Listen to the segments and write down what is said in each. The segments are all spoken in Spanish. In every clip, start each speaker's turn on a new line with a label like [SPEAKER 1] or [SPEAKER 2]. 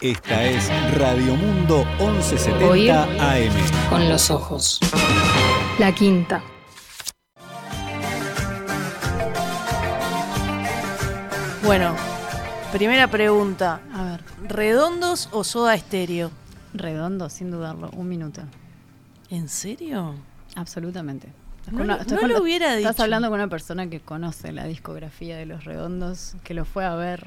[SPEAKER 1] Esta es Radio Mundo 1170
[SPEAKER 2] Oír.
[SPEAKER 1] AM.
[SPEAKER 2] Con los ojos. La quinta.
[SPEAKER 3] Bueno, primera pregunta.
[SPEAKER 4] A ver,
[SPEAKER 3] ¿Redondos o soda estéreo?
[SPEAKER 4] redondo, sin dudarlo, un minuto.
[SPEAKER 3] ¿En serio?
[SPEAKER 4] Absolutamente. Estás
[SPEAKER 3] No
[SPEAKER 4] con
[SPEAKER 3] lo-
[SPEAKER 4] estás
[SPEAKER 3] no
[SPEAKER 4] con-
[SPEAKER 3] lo hubiera
[SPEAKER 4] Estás
[SPEAKER 3] dicho.
[SPEAKER 4] hablando con una persona que conoce la discografía de Los Redondos, que lo fue a ver.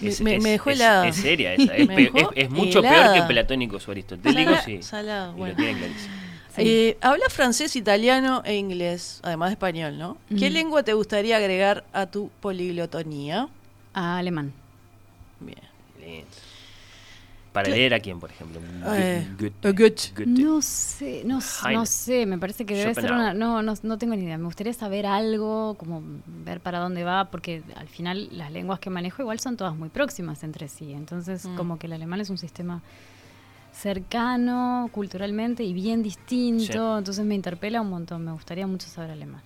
[SPEAKER 3] Me- me- me dejó helada.
[SPEAKER 5] Es, seria esa. Es,
[SPEAKER 3] Me
[SPEAKER 5] pe-
[SPEAKER 3] dejó
[SPEAKER 5] es- es mucho
[SPEAKER 3] helada.
[SPEAKER 5] peor que platónicos o aristotélicos.
[SPEAKER 3] Salá-
[SPEAKER 5] Sí.
[SPEAKER 3] salá,
[SPEAKER 5] Y
[SPEAKER 3] bueno.
[SPEAKER 5] lo tiene clarísimo.
[SPEAKER 3] Eh, hablas francés, italiano e inglés, además de español, ¿no? ¿Qué
[SPEAKER 4] Mm.
[SPEAKER 3] lengua te gustaría agregar a tu poliglotonía?
[SPEAKER 4] A alemán.
[SPEAKER 3] Bien.
[SPEAKER 5] Lindo. Para leer a quién, por ejemplo.
[SPEAKER 3] Eh,
[SPEAKER 5] Goethe.
[SPEAKER 3] a Goethe.
[SPEAKER 5] Goethe.
[SPEAKER 4] No sé, no, s-
[SPEAKER 5] Heine.
[SPEAKER 4] no sé, me parece que debe ser una...
[SPEAKER 5] Schopenhauer.
[SPEAKER 4] No, no, no tengo ni idea. Me gustaría saber algo, como ver para dónde va, porque al final las lenguas que manejo igual son todas muy próximas entre sí. Entonces,
[SPEAKER 3] Mm.
[SPEAKER 4] como que el alemán es un sistema cercano culturalmente y bien distinto, entonces me interpela un montón. Me gustaría mucho saber alemán.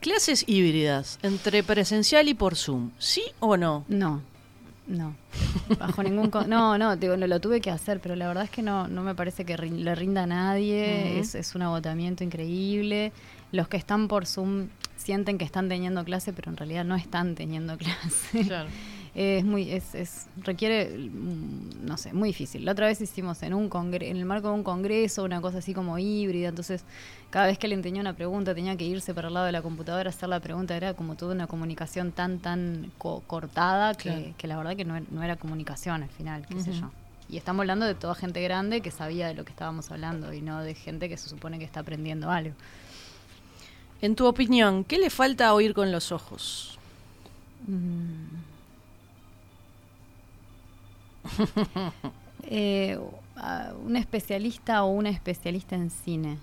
[SPEAKER 3] Clases híbridas, entre presencial y por Zoom, ¿sí o no?
[SPEAKER 4] No, no. Bajo ningún. con- no, no, digo, no lo tuve que hacer, pero la verdad es que no, no me parece que rin- le rinda a nadie.
[SPEAKER 3] Ujú.
[SPEAKER 4] es, es un agotamiento increíble. Los que están por Zoom sienten que están teniendo clase, pero en realidad no están teniendo clase. Eh, es muy. Es, es- requiere. mm, No sé, muy difícil. La otra vez hicimos en un congre en el marco de un congreso, una cosa así como híbrida. Entonces, cada vez que alguien tenía una pregunta, tenía que irse para el lado de la computadora a hacer la pregunta. Era como toda una comunicación tan, tan co- cortada que,
[SPEAKER 3] Claro.
[SPEAKER 4] que la verdad que no, er- no era comunicación al final, qué sé
[SPEAKER 3] Ujú.
[SPEAKER 4] yo. Y estamos hablando de toda gente grande que sabía de lo que estábamos hablando y no de gente que se supone que está aprendiendo algo.
[SPEAKER 3] En tu opinión, ¿qué le falta a oír con los ojos?
[SPEAKER 4] Mm. Eh, a un especialista o una especialista en cine.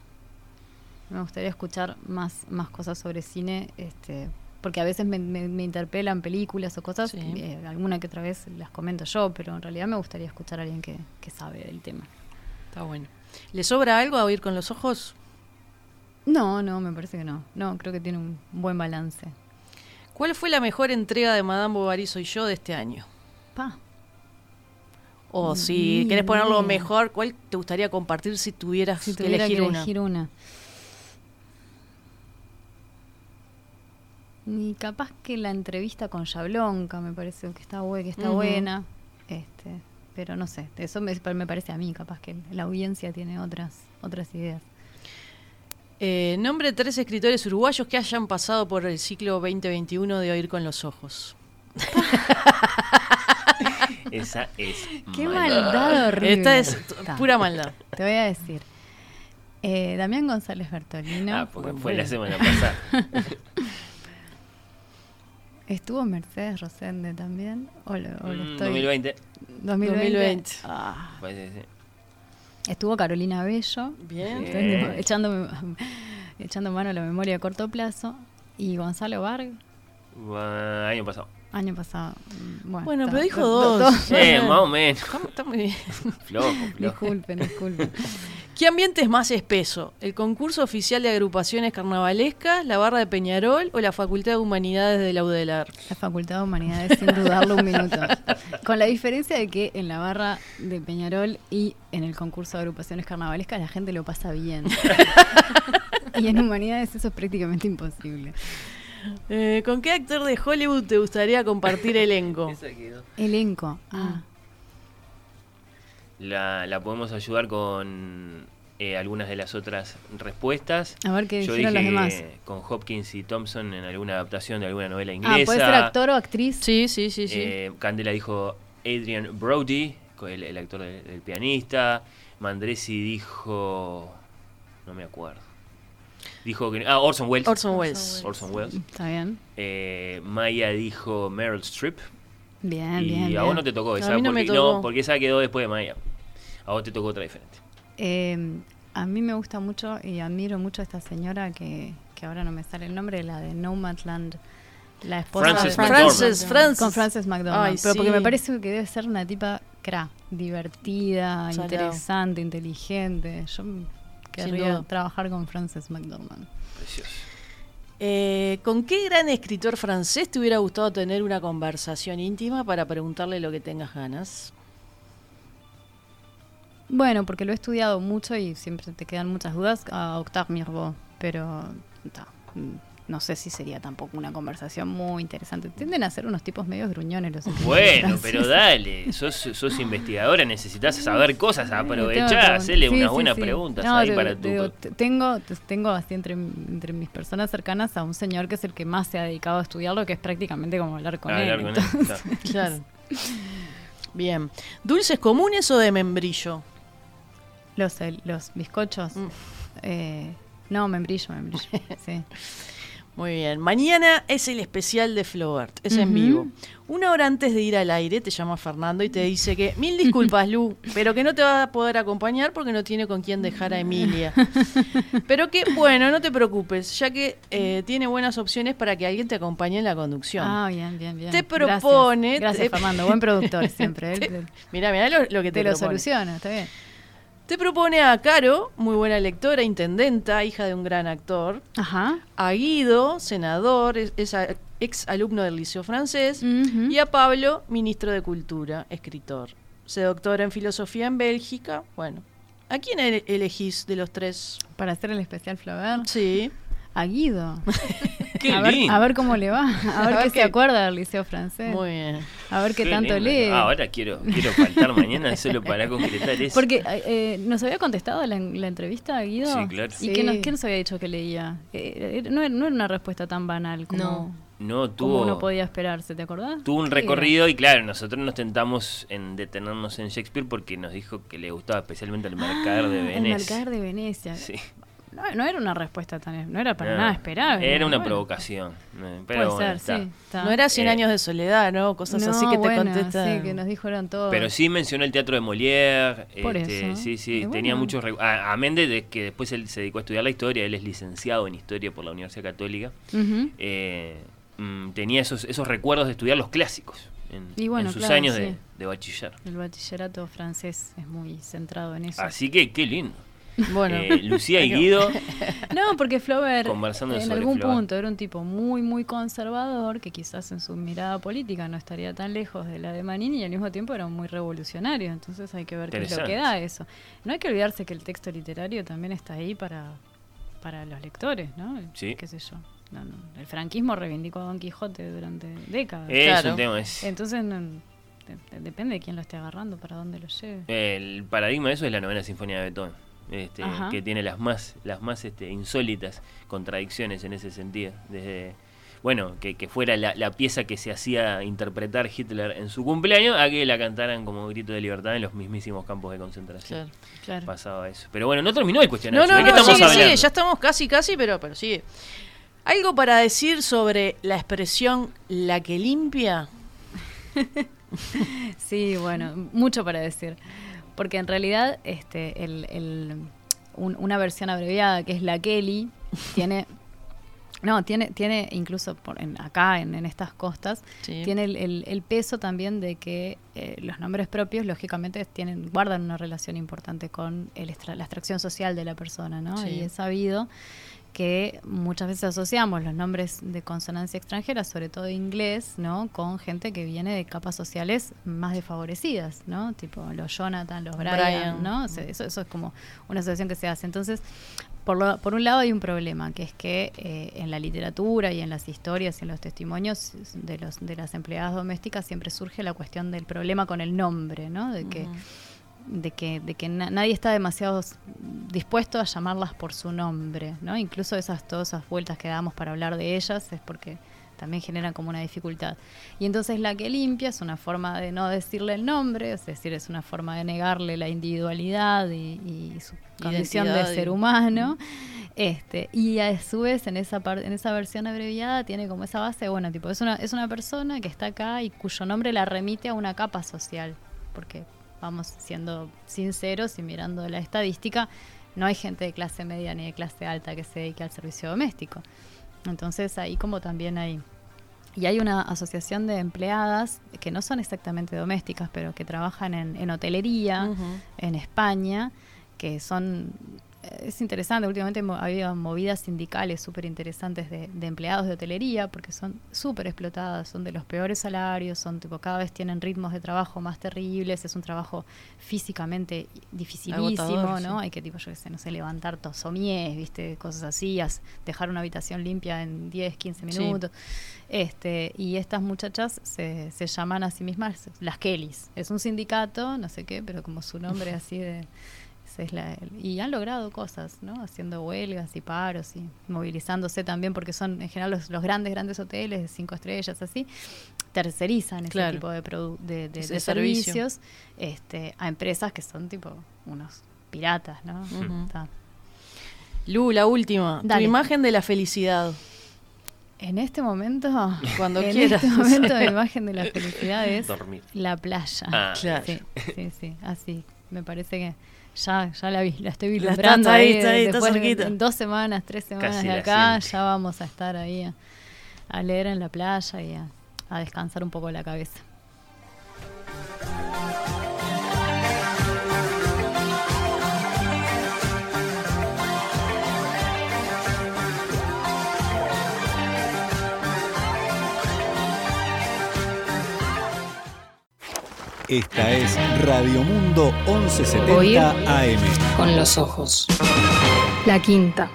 [SPEAKER 4] Me gustaría escuchar más, más cosas sobre cine, este, porque a veces me, me- me interpelan películas o cosas,
[SPEAKER 3] Sí.
[SPEAKER 4] eh, alguna que otra vez las comento yo, pero en realidad me gustaría escuchar a alguien que, que sabe del tema.
[SPEAKER 3] Está bueno. ¿Le sobra algo a oír con los ojos?
[SPEAKER 4] No, no, me parece que no. No, creo que tiene un buen balance.
[SPEAKER 3] ¿Cuál fue la mejor entrega de Madame Bovary Soy Yo de este año?
[SPEAKER 4] Pa.
[SPEAKER 3] O si
[SPEAKER 4] Ni
[SPEAKER 3] querés ponerlo
[SPEAKER 4] idea.
[SPEAKER 3] mejor, ¿cuál te gustaría compartir si tuvieras
[SPEAKER 4] Si
[SPEAKER 3] que
[SPEAKER 4] tuviera
[SPEAKER 3] elegir
[SPEAKER 4] que
[SPEAKER 3] una?
[SPEAKER 4] elegir una. Ni capaz que la entrevista con Yablonca me parece que está, bue- que está
[SPEAKER 3] Ujú.
[SPEAKER 4] buena. Este, pero no sé, eso me, me parece a mí, capaz que la audiencia tiene otras, otras ideas.
[SPEAKER 3] Eh, nombre tres escritores uruguayos que hayan pasado por el ciclo 2021 de Oír con los Ojos.
[SPEAKER 5] Esa es.
[SPEAKER 4] Qué
[SPEAKER 5] mala.
[SPEAKER 4] maldad horrible.
[SPEAKER 3] Esta es t-
[SPEAKER 4] Ta,
[SPEAKER 3] pura maldad.
[SPEAKER 4] Te voy a decir. Eh, Damián González Bertolino.
[SPEAKER 5] Ah, porque
[SPEAKER 3] Bueno,
[SPEAKER 5] fue
[SPEAKER 3] bueno.
[SPEAKER 5] la semana pasada.
[SPEAKER 4] ¿Estuvo Mercedes Rosende también? ¿O lo, o lo
[SPEAKER 5] Mm,
[SPEAKER 4] estoy?
[SPEAKER 5] 2020.
[SPEAKER 4] 2020.
[SPEAKER 3] 2020.
[SPEAKER 4] Ah.
[SPEAKER 5] Parece que sí.
[SPEAKER 4] Estuvo Carolina Bello.
[SPEAKER 3] Bien.
[SPEAKER 4] Entonces,
[SPEAKER 5] Bien.
[SPEAKER 4] tipo, echando, echando mano a la memoria a corto plazo. Y Gonzalo Varg,
[SPEAKER 5] Bueno, año pasado.
[SPEAKER 4] año pasado. Mm, Bueno,
[SPEAKER 3] Bueno,
[SPEAKER 4] está,
[SPEAKER 3] pero dijo
[SPEAKER 4] do-
[SPEAKER 3] dos.
[SPEAKER 4] do- dos.
[SPEAKER 5] Eh, más o menos.
[SPEAKER 3] Está- está muy bien.
[SPEAKER 5] Flojo, flojo.
[SPEAKER 4] Disculpen, disculpen.
[SPEAKER 3] ¿Qué ambiente es más espeso? ¿El concurso oficial de agrupaciones carnavalescas, la barra de Peñarol o la Facultad de Humanidades de la UDELAR?
[SPEAKER 4] La Facultad de Humanidades, sin dudarlo un minuto. Con la diferencia de que en la barra de Peñarol y en el concurso de agrupaciones carnavalescas la gente lo pasa bien. y en Humanidades eso es prácticamente imposible.
[SPEAKER 3] Eh, ¿Con qué actor de Hollywood te gustaría compartir elenco?
[SPEAKER 5] Esa quedó.
[SPEAKER 4] Elenco. Ah,
[SPEAKER 5] La, la podemos ayudar con eh, algunas de las otras respuestas.
[SPEAKER 4] a ver qué
[SPEAKER 5] Yo
[SPEAKER 4] dijeron los
[SPEAKER 5] dije
[SPEAKER 4] demás.
[SPEAKER 5] con Hopkins y Thompson en alguna adaptación de alguna novela inglesa.
[SPEAKER 4] Ah, ¿puede ser actor o actriz?
[SPEAKER 3] Sí, sí, sí, sí.
[SPEAKER 5] Eh, Candela dijo Adrian Brody, co- el, el actor del, del pianista. Mandresi dijo. No me acuerdo. Dijo que. Ah, Orson Welles.
[SPEAKER 3] Orson Welles.
[SPEAKER 5] Orson Welles.
[SPEAKER 4] Está bien.
[SPEAKER 5] Eh, Maya dijo Meryl Streep.
[SPEAKER 4] Bien,
[SPEAKER 5] y
[SPEAKER 4] bien.
[SPEAKER 5] a
[SPEAKER 4] bien.
[SPEAKER 5] vos no te tocó
[SPEAKER 3] A
[SPEAKER 5] esa.
[SPEAKER 3] mí no
[SPEAKER 5] porque,
[SPEAKER 3] me tocó.
[SPEAKER 5] porque esa quedó después de Maya. A vos te tocó otra diferente.
[SPEAKER 4] Eh, a mí me gusta mucho y admiro mucho a esta señora que, que ahora no me sale el nombre, la de Nomadland. La esposa
[SPEAKER 5] Frances
[SPEAKER 4] de
[SPEAKER 5] McDormand.
[SPEAKER 3] Frances, Frances.
[SPEAKER 4] Con Frances McDormand.
[SPEAKER 3] Ay,
[SPEAKER 4] pero porque
[SPEAKER 3] sí.
[SPEAKER 4] me parece que debe ser una tipa cra, divertida,
[SPEAKER 3] Salado.
[SPEAKER 4] interesante, inteligente. Yo
[SPEAKER 3] duda.
[SPEAKER 4] querría trabajar con Frances McDormand.
[SPEAKER 5] Precioso.
[SPEAKER 3] Eh, ¿Con qué gran escritor francés te hubiera gustado tener una conversación íntima para preguntarle lo que tengas ganas?
[SPEAKER 4] Bueno, porque lo he estudiado mucho y siempre te quedan muchas dudas a Octave Mirbeau, pero ta, no sé si sería tampoco una conversación muy interesante. Tienden a ser unos tipos medio gruñones los escritores
[SPEAKER 5] Bueno,
[SPEAKER 4] franceses.
[SPEAKER 5] pero dale, sos, sos investigadora, necesitas saber cosas,
[SPEAKER 4] Tengo que
[SPEAKER 5] aprovechá,
[SPEAKER 4] preguntar.
[SPEAKER 5] hacele
[SPEAKER 4] Sí,
[SPEAKER 5] unas
[SPEAKER 4] sí,
[SPEAKER 5] buenas
[SPEAKER 4] sí.
[SPEAKER 5] preguntas
[SPEAKER 4] No,
[SPEAKER 5] ahí
[SPEAKER 4] te-
[SPEAKER 5] para
[SPEAKER 4] te
[SPEAKER 5] tu...
[SPEAKER 4] digo, te- tengo, te- tengo así entre, entre mis personas cercanas a un señor que es el que más se ha dedicado a estudiarlo, que es prácticamente como hablar con
[SPEAKER 5] hablar
[SPEAKER 4] él.
[SPEAKER 5] con él,
[SPEAKER 4] entonces.
[SPEAKER 5] claro.
[SPEAKER 3] Claro. Bien. ¿Dulces comunes o de membrillo?
[SPEAKER 4] Los, el- los bizcochos.
[SPEAKER 3] Mm.
[SPEAKER 4] eh, no, membrillo, membrillo. sí.
[SPEAKER 3] Muy bien. Mañana es el especial de Flowert. Es en
[SPEAKER 4] Ujú.
[SPEAKER 3] vivo. Una hora antes de ir al aire te llama Fernando y te dice que mil disculpas, Lu, pero que no te va a poder acompañar porque no tiene con quién dejar a Emilia. Pero que, bueno, no te preocupes, ya que eh, tiene buenas opciones para que alguien te acompañe en la conducción.
[SPEAKER 4] Ah, bien, bien, bien.
[SPEAKER 3] Te
[SPEAKER 4] Gracias.
[SPEAKER 3] propone-
[SPEAKER 4] Gracias,
[SPEAKER 3] te-
[SPEAKER 4] Fernando. Buen productor siempre. él te,
[SPEAKER 3] Mirá, mirá lo, lo que te,
[SPEAKER 4] te lo
[SPEAKER 3] propone.
[SPEAKER 4] soluciona, está bien.
[SPEAKER 3] Te propone a Caro, muy buena lectora, intendenta, hija de un gran actor.
[SPEAKER 4] Ajá.
[SPEAKER 3] A Guido, senador, es, es a- ex alumno del Liceo Francés.
[SPEAKER 4] Ujú.
[SPEAKER 3] Y a Pablo, ministro de Cultura, escritor. Se doctora en filosofía en Bélgica. Bueno, ¿a quién ele- elegís de los tres?
[SPEAKER 4] Para hacer el especial Flaubert.
[SPEAKER 3] Sí.
[SPEAKER 4] A Guido.
[SPEAKER 5] Qué
[SPEAKER 4] a, ver,
[SPEAKER 5] lindo.
[SPEAKER 4] a ver cómo le va. A ver
[SPEAKER 3] ver
[SPEAKER 4] qué se
[SPEAKER 3] qué-
[SPEAKER 4] acuerda del liceo francés.
[SPEAKER 3] Muy bien.
[SPEAKER 4] A ver qué,
[SPEAKER 5] Qué
[SPEAKER 4] tanto
[SPEAKER 5] lindo.
[SPEAKER 4] lee.
[SPEAKER 5] Ah, Ahora quiero, quiero faltar mañana solo para concretar eso.
[SPEAKER 4] Porque eh, eh, nos había contestado la, la entrevista a Guido.
[SPEAKER 5] Sí, claro.
[SPEAKER 4] ¿Y
[SPEAKER 2] Sí.
[SPEAKER 4] qué, nos, qué nos había dicho que leía? Eh, eh, no, era, no era una respuesta tan banal como,
[SPEAKER 2] No.
[SPEAKER 5] No
[SPEAKER 4] como
[SPEAKER 5] tuvo,
[SPEAKER 4] uno podía esperarse, ¿te acordás?
[SPEAKER 5] tuvo un
[SPEAKER 4] ¿Qué era?
[SPEAKER 5] recorrido y claro, nosotros nos tentamos en detenernos en Shakespeare porque nos dijo que le gustaba especialmente el mercader de
[SPEAKER 4] Ah, El
[SPEAKER 5] Venecia.
[SPEAKER 4] mercader de Venecia.
[SPEAKER 5] Sí.
[SPEAKER 4] No, no era una respuesta tan. No era para
[SPEAKER 5] No,
[SPEAKER 4] nada esperable.
[SPEAKER 5] Era una
[SPEAKER 4] bueno.
[SPEAKER 5] provocación. eh, Pero
[SPEAKER 4] Puede
[SPEAKER 5] bueno,
[SPEAKER 4] ser,
[SPEAKER 5] está.
[SPEAKER 4] sí. está.
[SPEAKER 3] No era 100
[SPEAKER 5] Eh.
[SPEAKER 3] años de soledad, ¿no? Cosas así
[SPEAKER 4] No,
[SPEAKER 3] que te
[SPEAKER 4] bueno,
[SPEAKER 3] contestan.
[SPEAKER 4] Sí, que nos dijeron todo.
[SPEAKER 5] Pero sí mencionó el teatro de Molière.
[SPEAKER 4] Por
[SPEAKER 5] este,
[SPEAKER 4] eso.
[SPEAKER 5] Sí, sí,
[SPEAKER 4] Y bueno.
[SPEAKER 5] tenía muchos. recu- A, amén de- de que después él se dedicó a estudiar la historia, él es licenciado en historia por la Universidad Católica.
[SPEAKER 4] Ujú.
[SPEAKER 5] eh, mm, tenía esos, esos recuerdos de estudiar los clásicos en,
[SPEAKER 4] Y bueno,
[SPEAKER 5] en sus
[SPEAKER 4] claro,
[SPEAKER 5] años
[SPEAKER 4] sí.
[SPEAKER 5] de, de bachiller.
[SPEAKER 4] El bachillerato francés es muy centrado en eso.
[SPEAKER 5] Así que qué lindo.
[SPEAKER 3] Bueno,
[SPEAKER 5] Eh, Lucía y
[SPEAKER 3] Pero-
[SPEAKER 5] Guido,
[SPEAKER 4] No, porque Flaubert
[SPEAKER 5] Conversando
[SPEAKER 4] en
[SPEAKER 5] sobre
[SPEAKER 4] algún
[SPEAKER 5] Flaubert.
[SPEAKER 4] punto era un tipo muy, muy conservador, que quizás en su mirada política no estaría tan lejos de la de Manini y al mismo tiempo era muy revolucionario. Entonces hay que ver qué es lo
[SPEAKER 5] Interesante.
[SPEAKER 4] que da eso. No hay que olvidarse que el texto literario también está ahí para, para los lectores, ¿no?
[SPEAKER 5] Sí.
[SPEAKER 4] ¿Qué sé yo? No, no, El franquismo reivindicó a Don Quijote durante décadas.
[SPEAKER 5] es
[SPEAKER 3] Claro.
[SPEAKER 5] un tema. es-
[SPEAKER 4] Entonces no- de- de- depende de quién lo esté agarrando, para dónde lo lleve.
[SPEAKER 5] Eh, el paradigma de eso es la novena sinfonía de Beethoven, este,
[SPEAKER 4] Ajá.
[SPEAKER 5] que tiene las más, las más este, insólitas contradicciones en ese sentido. Desde, bueno, que, que fuera la, la pieza que se hacía interpretar Hitler en su cumpleaños a que la cantaran como grito de libertad en los mismísimos campos de concentración.
[SPEAKER 3] claro.
[SPEAKER 4] Claro.
[SPEAKER 5] Pasaba eso. Pero bueno, no terminó el
[SPEAKER 3] No,
[SPEAKER 5] cuestionario.
[SPEAKER 3] no,
[SPEAKER 5] ¿De qué
[SPEAKER 3] no,
[SPEAKER 5] estamos
[SPEAKER 3] sigue, sigue,
[SPEAKER 5] hablando?
[SPEAKER 3] ya estamos casi, casi, pero, pero sigue. ¿Algo para decir sobre la expresión la que limpia?
[SPEAKER 4] Sí, bueno, mucho para decir. Porque en realidad este, el, el- un- una versión abreviada que es la Kelly tiene... No, tiene, tiene incluso por en- acá, en, en estas costas,
[SPEAKER 3] Sí.
[SPEAKER 4] tiene el, el- el peso también de que eh, los nombres propios, lógicamente, tienen, guardan una relación importante con el extra- la extracción social de la persona, ¿no?
[SPEAKER 3] Sí.
[SPEAKER 4] Y es sabido que muchas veces asociamos los nombres de consonancia extranjera, sobre todo inglés, ¿no? Con gente que viene de capas sociales más desfavorecidas, ¿no? Tipo los Jonathan, los Brian,
[SPEAKER 3] Brian. Mm.
[SPEAKER 4] ¿no? O sea, eso, eso es como una asociación que se hace. Entonces, por, lo- por un lado hay un problema, que es que eh, en la literatura y en las historias y en los testimonios de, los, de las empleadas domésticas siempre surge la cuestión del problema con el nombre, ¿no? De que de que, de que na- nadie está demasiado s- dispuesto a llamarlas por su nombre, ¿no? Incluso esas, todas esas vueltas que damos para hablar de ellas es porque también generan como una dificultad. Y entonces la que limpia es una forma de no decirle el nombre, es decir, es una forma de negarle la individualidad y, y su condición de
[SPEAKER 3] Identidad y-
[SPEAKER 4] ser humano. Este, y a su vez en esa par- en esa versión abreviada tiene como esa base, bueno, tipo, es una, es una persona que está acá y cuyo nombre la remite a una capa social, porque vamos siendo sinceros y mirando la estadística, no hay gente de clase media ni de clase alta que se dedique al servicio doméstico. Entonces ahí como también hay y hay una asociación de empleadas que no son exactamente domésticas, pero que trabajan en, en hotelería,
[SPEAKER 3] Ujú.
[SPEAKER 4] en España, que son eh, es interesante, últimamente mo- había movidas sindicales súper interesantes de, de empleados de hotelería, porque son súper explotadas, son de los peores salarios, son tipo cada vez tienen ritmos de trabajo más terribles, es un trabajo físicamente dificilísimo,
[SPEAKER 3] Agotador,
[SPEAKER 4] ¿no?
[SPEAKER 3] sí.
[SPEAKER 4] Hay que tipo, yo qué sé, no sé, levantar tosomies, viste, cosas así, as- dejar una habitación limpia en 10, 15
[SPEAKER 3] Sí.
[SPEAKER 4] minutos. Este, y estas muchachas se, se llaman a sí mismas las Kellys. Es un sindicato, no sé qué, pero como su nombre así de... esa es la- y han logrado cosas, ¿no? Haciendo huelgas y paros y movilizándose también, porque son en general los, los grandes, grandes hoteles de cinco estrellas, así, tercerizan ese
[SPEAKER 3] Claro.
[SPEAKER 4] tipo de, produ- de, de-
[SPEAKER 3] Ese
[SPEAKER 4] de
[SPEAKER 3] servicio.
[SPEAKER 4] servicios este, a empresas que son tipo unos piratas, ¿no?
[SPEAKER 3] Ujú.
[SPEAKER 4] Está.
[SPEAKER 3] Lu, la última.
[SPEAKER 4] Dale.
[SPEAKER 3] Tu imagen de la felicidad.
[SPEAKER 4] En este momento,
[SPEAKER 3] Cuando
[SPEAKER 4] en
[SPEAKER 3] quieras.
[SPEAKER 4] este momento, la imagen de la felicidad es
[SPEAKER 5] Dormir.
[SPEAKER 4] la playa.
[SPEAKER 5] Ah,
[SPEAKER 3] Claro.
[SPEAKER 4] Sí, sí, sí, así. Me parece que ya, ya la, vi, la estoy
[SPEAKER 3] La
[SPEAKER 4] vislumbrando.
[SPEAKER 3] está- está ahí,
[SPEAKER 4] ahí,
[SPEAKER 3] está ahí, está
[SPEAKER 4] después en-
[SPEAKER 3] cerquita.
[SPEAKER 4] En dos semanas, tres semanas
[SPEAKER 5] Casi
[SPEAKER 4] de
[SPEAKER 5] la
[SPEAKER 4] acá,
[SPEAKER 5] siento.
[SPEAKER 4] ya vamos a estar ahí a, a leer en la playa y a, a descansar un poco la cabeza.
[SPEAKER 1] Esta es Radio Mundo 1170
[SPEAKER 2] Oír.
[SPEAKER 1] AM.
[SPEAKER 2] Con los ojos. La quinta.